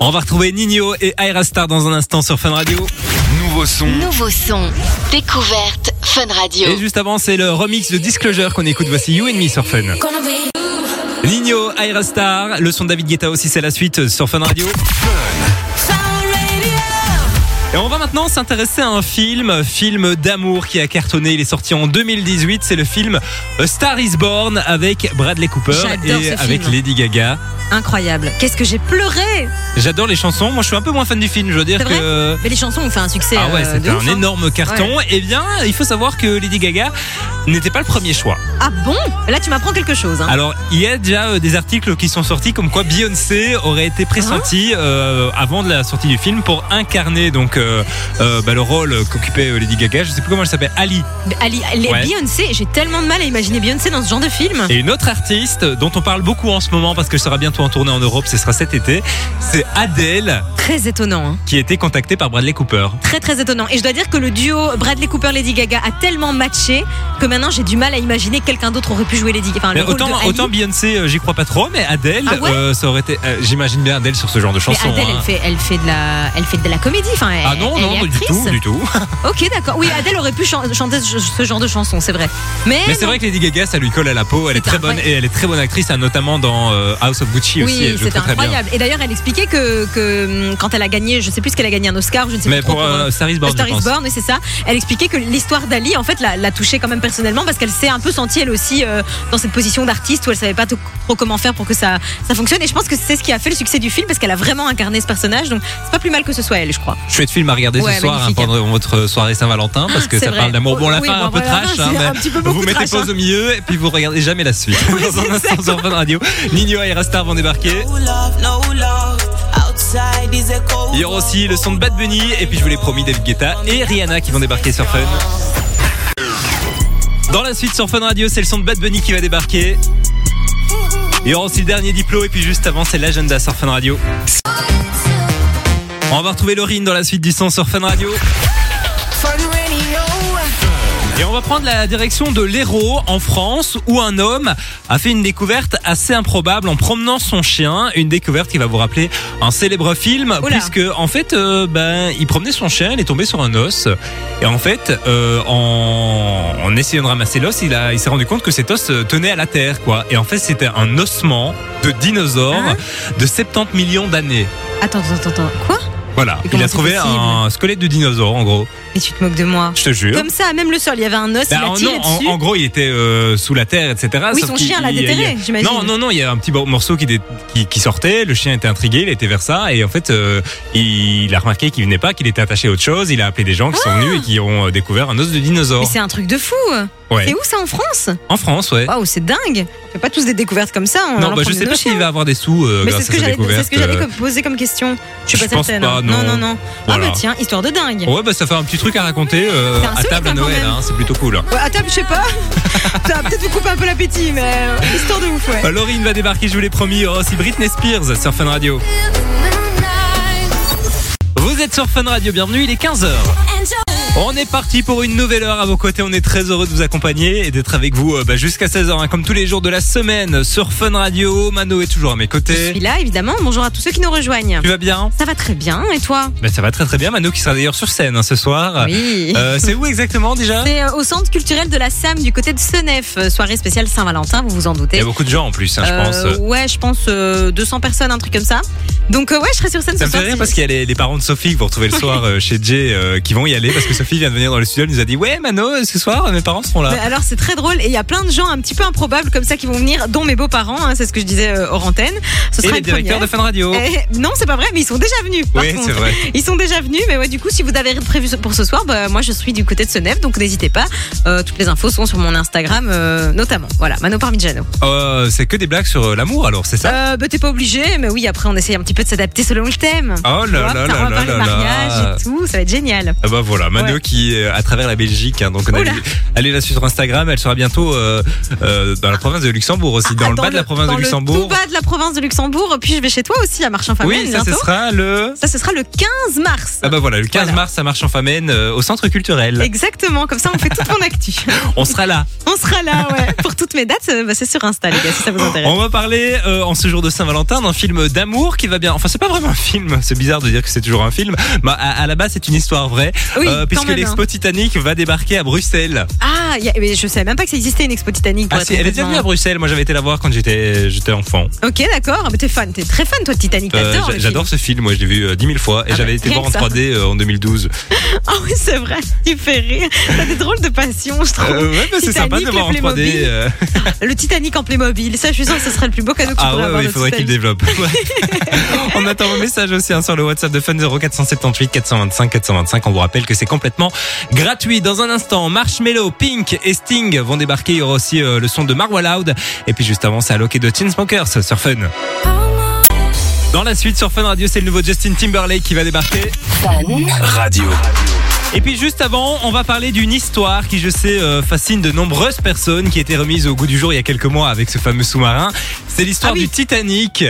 S3: On va retrouver Nino et Aira Star dans un instant sur Fun Radio.
S1: Nouveau son,
S5: Nouveau son. Découverte Fun Radio.
S3: Hmm. Et juste avant, c'est le remix de Disclosure qu'on écoute. Voici You and Me sur Fun. Nino, Aira Star, le son de David Guetta aussi, c'est la suite sur Fun Radio. Et on va maintenant s'intéresser à un film, film d'amour qui a cartonné. Il est sorti en 2018. C'est le film A Star is Born avec Bradley Cooper
S2: J'adore
S3: et
S2: ce
S3: avec
S2: film.
S3: Lady Gaga.
S2: Incroyable. Qu'est-ce que j'ai pleuré
S3: J'adore les chansons. Moi, je suis un peu moins fan du film. Je veux dire
S2: C'est vrai
S3: que.
S2: Mais les chansons ont fait un succès.
S3: Ah ouais,
S2: euh,
S3: c'était
S2: de ouf,
S3: un
S2: hein.
S3: énorme carton. Eh bien, il faut savoir que Lady Gaga n'était pas le premier choix.
S2: Ah bon Là, tu m'apprends quelque chose. hein.
S3: Alors, il y a déjà euh, des articles qui sont sortis comme quoi Beyoncé aurait été
S2: Ah
S3: pressentie euh, avant de la sortie du film pour incarner donc euh, euh, bah, le rôle qu'occupait euh, Lady Gaga. Je sais plus comment elle s'appelle, Ali.
S2: Mais Ali, les
S3: Ouais.
S2: Beyoncé, j'ai tellement de mal à imaginer Beyoncé dans ce genre de film.
S3: Et une autre artiste dont on parle beaucoup en ce moment parce qu'elle sera bientôt en tournée en Europe, ce sera cet été, c'est Adele
S2: Très étonnant. hein.
S3: qui a été contactée par Bradley Cooper.
S2: Très très étonnant. Et je dois dire que le duo Bradley Cooper Lady Gaga a tellement matché que maintenant j'ai du mal à imaginer que quelqu'un d'autre aurait pu jouer Lady Gaga. Enfin, le
S3: Mais
S2: rôle
S3: autant,
S2: de Ali.
S3: autant Beyoncé, euh, j'y crois pas trop, mais Adele,
S2: Ah ouais
S3: euh, ça aurait été. euh, J'imagine bien Adele sur ce genre de
S2: mais
S3: chanson.
S2: Adèle,
S3: hein.
S2: elle fait, elle fait de la, elle fait de la comédie. Enfin, elle-
S3: Ah non,
S2: elle
S3: non,
S2: est
S3: du
S2: actrice.
S3: tout, du tout.
S2: Ok, d'accord. Oui, Adèle aurait pu chan- chanter ce ce genre de chanson, c'est vrai. Mais,
S3: Mais c'est
S2: non.
S3: vrai que Lady Gaga, ça lui colle à la peau. Elle est
S2: C'est
S3: très bonne
S2: incroyable.
S3: et elle est très bonne actrice, hein, notamment dans euh, House of Gucci aussi.
S2: Oui,
S3: Elle joue
S2: c'était
S3: très très bien.
S2: incroyable. Et d'ailleurs, elle expliquait que, que hum, quand elle a gagné, je sais plus ce qu'elle a gagné, un Oscar, ou je ne sais
S3: Mais
S2: plus trop
S3: pour euh, Star is Born,
S2: A Star
S3: je
S2: is
S3: pense.
S2: Born, oui, c'est ça. Elle expliquait que l'histoire d'Ali, en fait, l'a l'a touchée quand même personnellement parce qu'elle s'est un peu sentie, elle aussi, euh, dans cette position d'artiste où elle savait pas tout- trop comment faire pour que ça, ça fonctionne. Et je pense que c'est ce qui a fait le succès du film parce qu'elle a vraiment incarné ce personnage. Donc, c'est pas plus mal que ce soit elle, je crois.
S3: Chouette film à regarder
S2: Ouais,
S3: ce soir hein,
S2: magnifique.
S3: pendant votre soirée Saint-Valentin parce que
S2: C'est
S3: ça
S2: vrai.
S3: parle d'amour. Bon, la
S2: Oui,
S3: fin
S2: bon,
S3: un peu
S2: voilà,
S3: trash,
S2: c'est
S3: hein, mais
S2: un petit peu
S3: vous
S2: beaucoup
S3: mettez
S2: trash, hein.
S3: pause au milieu et puis vous regardez jamais la suite. Dans un instant sur Fun Radio, Nino et Rastar vont débarquer.
S6: No love, no love. Outside is a cold
S3: Il y aura aussi le son de Bad Bunny et puis je vous l'ai promis David Guetta et Rihanna qui vont débarquer sur Fun. Dans la suite sur Fun Radio, c'est le son de Bad Bunny qui va débarquer. Il y aura aussi le dernier diplôme et puis juste avant c'est l'agenda sur Fun Radio. On va retrouver Laurine dans la suite du son sur Fun Radio. Et on va prendre la direction de l'Hérault en France où un homme a fait une découverte assez improbable en promenant son chien. Une découverte qui va vous rappeler un célèbre film
S2: Oula.
S3: puisque en fait euh, ben il promenait son chien, il est tombé sur un os et en fait euh, en, en essayant de ramasser l'os, il a il s'est rendu compte que cet os euh, tenait à la terre quoi. Et en fait c'était un ossement de dinosaure
S2: Hein
S3: de 70 millions d'années.
S2: Attends, attends, attends, attends. Quoi
S3: Voilà,
S2: Mais
S3: il
S2: comment
S3: a
S2: c'est
S3: trouvé
S2: possible
S3: un squelette de dinosaure en gros.
S2: Mais tu te moques de moi.
S3: Je te jure.
S2: Comme ça, même le sol, il y avait un os,
S3: Bah,
S2: il a
S3: en-
S2: tiré
S3: non, en-
S2: dessus.
S3: en, gros, il était euh, sous la terre, etc.
S2: Oui,
S3: sauf
S2: son
S3: qu'il-
S2: chien l'a
S3: il- il-
S2: déterré,
S3: il-
S2: j'imagine.
S3: Non, non, non, il y a un petit bo- morceau qui, dé- qui, qui sortait, le chien était intrigué, il était vers ça, et en fait, euh, il, il a remarqué qu'il venait pas, qu'il était attaché à autre chose, il a appelé des gens qui sont venus et qui ont euh, découvert un os de
S2: Ah Mais
S3: dinosaure.
S2: c'est un truc de fou.
S3: Ouais.
S2: C'est Oh, où ça en France
S3: En France, ouais.
S2: Waouh, c'est dingue. On fait pas tous des découvertes comme ça. en
S3: non,
S2: allant
S3: bah, je
S2: promener
S3: sais
S2: nos
S3: pas
S2: chiens.
S3: s'il va avoir des sous euh,
S2: hein. Mais c'est
S3: grâce
S2: ce que
S3: à cette
S2: j'allais
S3: découverte.
S2: c'est ce que j'allais
S3: euh.
S2: comme- poser comme question. Je suis
S3: je
S2: pas
S3: pense
S2: certaine.
S3: pas,
S2: hein.
S3: non.
S2: non, non.
S3: Voilà.
S2: Ah bah tiens, histoire de dingue.
S3: Ouais, bah ça fait un petit truc à raconter euh,
S2: C'est
S3: à
S2: insolite,
S3: table à
S2: hein, quand
S3: Noël,
S2: même.
S3: hein, c'est plutôt cool.
S2: Ouais, à table, Bah, je sais pas. Ça va peut-être vous couper un peu l'appétit, mais euh, histoire de ouf, ouais.
S3: Euh, Laurine va débarquer, je vous l'ai promis, oh, c'est Britney Spears sur Fun Radio. Vous êtes sur Fun Radio, bienvenue, il est 15h. On est parti pour une nouvelle heure à vos côtés. On est très heureux de vous accompagner et d'être avec vous euh, bah, jusqu'à 16h, hein, comme tous les jours de la semaine sur Fun Radio. Mano est toujours à mes
S2: Je suis
S3: côtés.
S2: là, évidemment. Bonjour à tous ceux qui nous rejoignent.
S3: Tu vas bien
S2: Ça va très bien, et toi
S3: Bah, Ça va très très bien. Mano qui sera d'ailleurs sur scène hein, ce soir.
S2: Oui.
S3: Euh, c'est où exactement déjà
S2: C'est euh, au centre culturel de la SAM du côté de Senef, euh, soirée spéciale Saint-Valentin, vous vous en
S3: Il y
S2: doutez.
S3: a beaucoup de gens en plus, hein, je pense.
S2: Euh, ouais, je pense euh, 200 personnes, un truc comme ça. Donc euh, ouais, je serai sur scène
S3: Ça
S2: ce
S3: me fait
S2: soir.
S3: rire
S2: si-
S3: parce qu'il y a les, les parents de Sophie que vous retrouvez le soir euh, chez Jay euh, qui vont y aller parce que Sophie vient de venir dans le studio, elle nous a dit Ouais, Mano, ce soir, mes parents seront là.
S2: Mais Ben, alors c'est très drôle et il y a plein de gens un petit peu improbables comme ça qui vont venir, dont mes beaux-parents, hein, c'est ce que je disais euh, hors antenne. Ce
S3: Et
S2: sera
S3: les
S2: une
S3: directeurs de
S2: première.
S3: Fun Radio.
S2: Eh, non, c'est pas vrai, mais ils sont déjà venus. par
S3: Oui, c'est
S2: contre.
S3: vrai.
S2: Ils sont déjà venus, mais ouais, du coup, si vous avez prévu ce- pour ce soir, bah, moi je suis du côté de Senef, donc n'hésitez pas. Euh, toutes les infos sont sur mon Instagram, euh, notamment. Voilà, Mano Parmigiano.
S3: Euh, c'est que des blagues sur euh, l'amour, alors, c'est ça
S2: Euh, bah, t'es pas obligé, mais oui, après on essaye un petit peu de s'adapter selon le thème.
S3: Oh
S2: Tu
S3: là
S2: vois,
S3: là
S2: putain,
S3: là
S2: on va
S3: là
S2: parler
S3: là
S2: mariage
S3: là.
S2: et tout, ça va être génial.
S3: Ah bah voilà, Mano
S2: Ouais.
S3: qui est à travers la Belgique, hein, donc on a
S2: Oula.
S3: vu- allez la suivre sur Instagram, elle sera bientôt euh, euh, dans la province de Luxembourg aussi, dans
S2: Ah,
S3: le bas de la province
S2: dans
S3: de
S2: le
S3: Luxembourg.
S2: tout bas de la province de Luxembourg, puis je vais chez toi aussi à Marchand-Famel
S3: oui, ça ce
S2: bientôt.
S3: sera le...
S2: Ça, ce sera le 15 mars.
S3: Ah bah voilà, le 15
S2: Voilà.
S3: mars à Marchand-Famène euh, au centre culturel.
S2: Exactement, comme ça on fait toute mon actu.
S3: On sera là.
S2: On sera là, ouais. Pour toutes mes dates, euh, bah, c'est sur Insta, les gars, si ça vous intéresse.
S3: On va parler euh, en ce jour de Saint-Valentin d'un film d'amour qui va bien. Enfin, c'est pas vraiment un film. C'est bizarre de dire que c'est toujours un film. Mais à, à la base, c'est une histoire vraie. euh,
S2: Oui, quand
S3: puisque
S2: même,
S3: l'expo Titanic va débarquer à Bruxelles.
S2: Ah, y a- mais je savais même pas que ça existait une expo Titanic.
S3: Oh.
S2: pour
S3: Ah,
S2: être
S3: si, elle est déjà
S2: complètement-
S3: venue à Bruxelles. Moi, j'avais été la voir quand j'étais j'étais enfant.
S2: Ok, d'accord. Mais t'es fan, t'es très fan, toi, de Titanic.
S3: Euh,
S2: T'adores
S3: j'a-
S2: le
S3: J'adore ce film. Moi, je l'ai vu euh, dix mille fois et
S2: Ah
S3: j'avais
S2: bah,
S3: été
S2: rien
S3: voir en
S2: que ça.
S3: 3D euh, en 2012.
S2: film. Ah oui, c'est vrai. Tu fais rire. T'as des drôles de passion, je trouve.
S3: Euh, ouais, bah, c'est
S2: Titanic,
S3: sympa de
S2: le
S3: voir en 3D.
S2: Playmobil.
S3: euh,
S2: Le Titanic en Playmobil. Ça, je suis sûre que ce serait le plus beau cadeau que tu
S3: Ah
S2: pourrais
S3: ouais,
S2: avoir.
S3: ouais, il
S2: de
S3: faudrait qu'il
S2: Titanic.
S3: développe. Ouais. on attend vos messages aussi hein, sur le WhatsApp de Fun 0478 425 425. On vous rappelle que c'est complètement gratuit. Dans un instant, Marshmello, Pink et Sting vont débarquer. Il y aura aussi euh, le son de Marwa Loud. Et puis juste avant, c'est Alloc et de Chainsmokers sur Fun. Dans la suite sur Fun Radio, c'est le nouveau Justin Timberlake qui va débarquer.
S1: Radio.
S3: Et puis juste avant, on va parler d'une histoire qui, je sais, euh, fascine de nombreuses personnes, qui a été remise au goût du jour il y a quelques mois avec ce fameux sous-marin. C'est l'histoire
S2: Ah oui.
S3: du Titanic.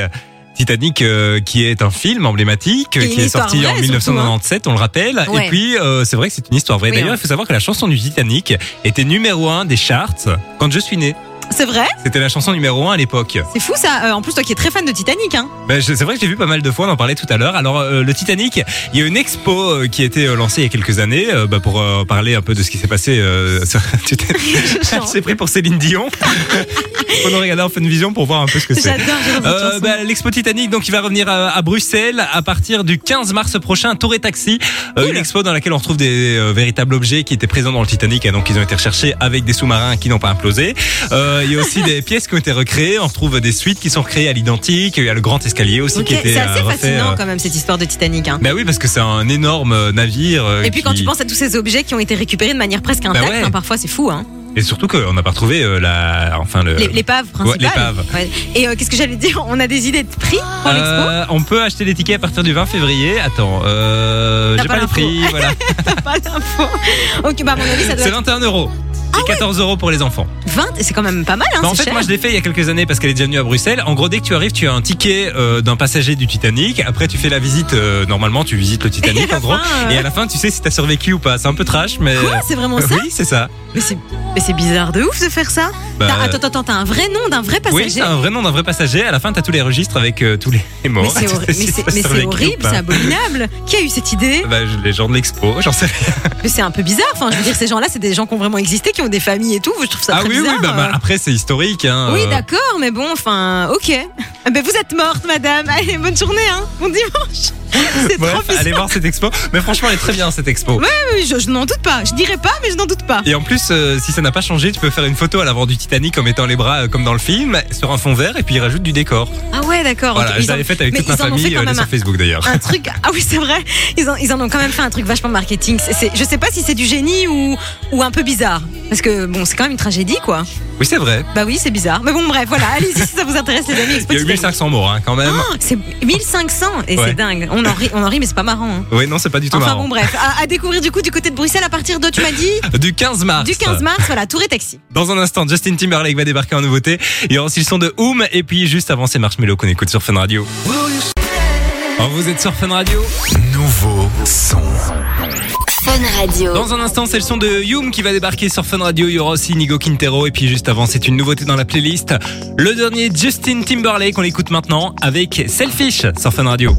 S3: Titanic, euh, qui est un film emblématique,
S2: Et
S3: euh,
S2: une
S3: qui est
S2: histoire
S3: sorti
S2: vraie,
S3: en
S2: surtout, hein.
S3: 1997, on le rappelle.
S2: Ouais.
S3: Et puis, euh, c'est vrai que c'est une histoire vraie.
S2: Oui,
S3: D'ailleurs,
S2: hein.
S3: il faut savoir que la chanson du Titanic était numéro un des charts quand je suis né.
S2: C'est vrai
S3: C'était la chanson numéro un à l'époque.
S2: C'est fou, ça. Euh, en plus, toi qui es très fan de Titanic, hein.
S3: Ben, je- c'est vrai que j'ai vu pas mal de fois, on en parlait tout à l'heure. Alors euh, le Titanic, il y a une expo euh, qui a été euh, lancée il y a quelques années euh, bah, pour euh, parler un peu de ce qui s'est passé. Euh, sur- tu t'es-
S2: J'adore,
S3: j'ai pris pour Céline Dion. on en regardait en fin de vision pour voir un peu ce que c'est.
S2: j'adore cette
S3: Euh,
S2: chanson.
S3: bah, L'expo Titanic, donc, il va revenir à, à Bruxelles à partir du 15 mars prochain, Tour et Taxi. Euh, une expo dans laquelle on retrouve des euh, véritables objets qui étaient présents dans le Titanic et donc ils ont été recherchés avec des sous-marins qui n'ont pas implosé. Euh, il y a aussi des pièces qui ont été recréées. On retrouve des suites qui sont recréées à l'identique. Il y a le grand escalier aussi
S2: Ok,
S3: qui était
S2: C'est assez
S3: euh, refait.
S2: fascinant,
S3: euh.
S2: quand même, cette histoire de Titanic, hein.
S3: Bah oui, parce que c'est un énorme euh, navire. euh,
S2: Et puis quand
S3: qui-
S2: tu penses à tous ces objets qui ont été récupérés de manière presque intacte,
S3: Bah ouais.
S2: hein, parfois c'est fou. Hein.
S3: Et surtout qu'on n'a pas retrouvé euh, la, enfin le.
S2: Les- L'épave principale.
S3: l'épave.
S2: Ouais. Et euh, qu'est-ce que j'allais dire On a des idées de prix pour l'expo
S3: Euh, on peut acheter les tickets à partir du 20 février. Attends, euh,
S2: T'as
S3: j'ai
S2: pas
S3: pas, les
S2: l'info.
S3: prix. Voilà.
S2: T'as pas d'infos. Ok, bah à mon avis ça doit
S3: C'est
S2: être
S3: 21 euros. Et 14 euros pour les enfants.
S2: 20 et c'est quand même pas mal. Hein,
S3: Bah, en
S2: Ah c'est
S3: fait,
S2: cher.
S3: moi, je l'ai fait il y a quelques années parce qu'elle est déjà venue à Bruxelles. En gros, dès que tu arrives, tu as un ticket euh, d'un passager du Titanic. Après, tu fais la visite. euh, normalement, tu visites le Titanic,
S2: Et à
S3: en gros.
S2: la fin, euh,
S3: Et à la fin, tu sais si t'as survécu ou pas. C'est un peu trash, mais.
S2: Quoi C'est vraiment ça
S3: euh, oui, c'est ça.
S2: Mais c'est mais c'est bizarre de ouf de faire ça.
S3: Bah,
S2: T'as- Attends, attends, t'as un vrai nom d'un vrai
S3: Oui, c'est
S2: passager.
S3: un vrai nom d'un vrai passager. À la fin, t'as tous les registres avec euh, tous les morts.
S2: mais c'est
S3: Tu
S2: horri-
S3: sais
S2: mais
S3: si
S2: c'est-
S3: t'as
S2: mais c'est
S3: survécu ou
S2: horrible,
S3: pas.
S2: c'est abominable. Qui a eu cette idée
S3: Bah, je- les gens de l'expo, j'en sais rien.
S2: Mais c'est un peu bizarre. Enfin, je veux dire, ces gens-là, c'est des gens qui ont vraiment existé, qui ont des familles et tout. Je trouve ça
S3: Ah
S2: très
S3: oui,
S2: bizarre.
S3: oui, bah, bah, après, c'est historique. Hein,
S2: Oui,
S3: euh,
S2: d'accord, mais bon, enfin, ok. Ben, vous êtes morte, madame. Allez, bonne journée, hein. Bon dimanche. C'est trop
S3: Bref,
S2: bizarre.
S3: allez voir cette expo. Mais franchement, elle est très bien cette expo.
S2: Oui, je, je n'en doute pas. Je dirais pas, mais je n'en doute pas.
S3: Et en plus, euh, si ça n'a pas changé, tu peux faire une photo à l'avant du Titanic en mettant les bras euh, comme dans le film sur un fond vert et puis ils rajoutent du décor.
S2: Ah ouais, d'accord.
S3: Voilà,
S2: ok.
S3: je
S2: Ils
S3: l'avais
S2: en-
S3: faite avec
S2: mais
S3: toute ma
S2: ils en ont fait
S3: famille, euh,
S2: quand
S3: elle est
S2: même
S3: sur
S2: un-
S3: Facebook d'ailleurs.
S2: Un truc, ah oui c'est vrai, ils en, ils en ont quand même fait un truc vachement marketing. C'est- c'est- je sais pas si c'est du génie ou, ou un peu bizarre. Parce que bon, c'est quand même une tragédie quoi.
S3: Oui, c'est vrai.
S2: Bah oui, c'est bizarre. Mais bon, bref, voilà, allez-y si ça vous intéresse les amis. Expo
S3: Il y a eu
S2: Titanic.
S3: 1500 morts hein, quand même.
S2: Oh, c'est 1500 et
S3: Ouais.
S2: c'est dingue. On en rit, on en rit mais c'est pas marrant. hein.
S3: oui, non, c'est pas du tout
S2: Enfin
S3: marrant. Ah,
S2: bon, bref, à, à découvrir du coup du côté de Bruxelles à partir de, tu m'as dit
S3: Du 15 mars.
S2: Du 15 mars, voilà, tour et taxi.
S3: Dans un instant, Justin Timberlake va débarquer en nouveauté. Il y aura aussi le son de Oum et puis juste avant, c'est Marshmello qu'on écoute sur Fun Radio. Oh, vous êtes sur Fun Radio
S1: Nouveau son.
S5: Fun Radio.
S3: Dans un instant, c'est le son de Youm qui va débarquer sur Fun Radio. Il y aura aussi Nigo Quintero. Et puis juste avant, c'est une nouveauté dans la playlist. Le dernier Justin Timberlake, on l'écoute maintenant avec Selfish sur Fun Radio.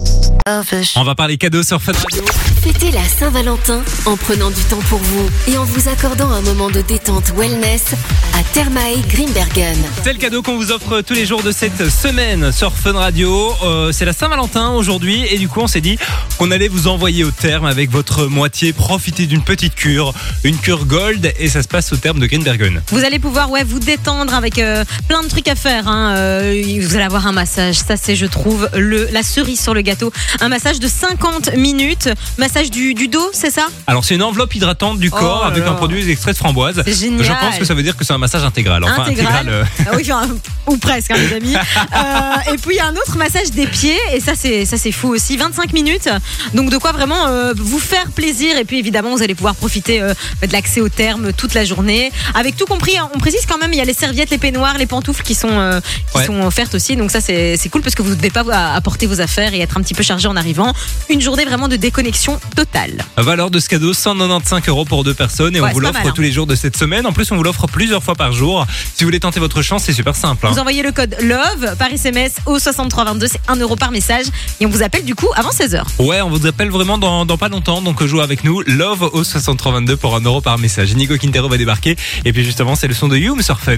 S3: On va parler cadeaux sur Fun Radio.
S5: Fêtez la Saint-Valentin en prenant du temps pour vous et en vous accordant un moment de détente wellness à Thermae Grimbergen.
S3: C'est le cadeau qu'on vous offre tous les jours de cette semaine sur Fun Radio. Euh, c'est la Saint-Valentin aujourd'hui et du coup on s'est dit qu'on allait vous envoyer au terme avec votre moitié profiter d'une petite cure, une cure gold et ça se passe au terme de Greenbergen.
S2: Vous allez pouvoir ouais, vous détendre avec euh, plein de trucs à faire. hein. Euh, vous allez avoir un massage, ça c'est je trouve le, la cerise sur le gâteau. Un massage de 50 minutes, massage du, du dos, c'est ça
S3: Alors c'est une enveloppe hydratante du
S2: Oh
S3: corps
S2: là
S3: avec
S2: là.
S3: un produit extrait de framboise.
S2: C'est génial.
S3: Je pense que ça veut dire que c'est un massage intégral. Enfin
S2: Intégral.
S3: intégral. euh,
S2: Ah oui, enfin, ou presque, hein, les amis. Euh, et puis il y a un autre massage des pieds, et ça c'est ça c'est fou aussi, 25 minutes. Donc de quoi vraiment euh, vous faire plaisir. Et puis évidemment, vous allez pouvoir profiter euh, de l'accès au terme toute la journée, avec tout compris. hein. On précise quand même, il y a les serviettes, les peignoirs, les pantoufles qui sont euh, qui
S3: Ouais.
S2: sont offertes aussi. Donc ça c'est c'est cool parce que vous ne devez pas à- apporter vos affaires et être un petit peu chargé en arrivant. Une journée vraiment de déconnexion totale.
S3: Valeur de ce cadeau 195 euros pour deux personnes et
S2: Ouais,
S3: on vous
S2: c'est pas
S3: l'offre
S2: mal, hein.
S3: tous les jours de cette semaine. En plus, on vous l'offre plusieurs fois par jour. Si vous voulez tenter votre chance, c'est super simple. hein.
S2: Vous envoyez le code LOVE par SMS au 6322, c'est 1 euro par message et on vous appelle du coup avant 16h.
S3: Ouais, on vous appelle vraiment dans, dans pas longtemps, donc jouez avec nous. Love au 6322 pour 1 euro par message. Nico Quintero va débarquer. Et puis justement, c'est le son de Youm sur Fun.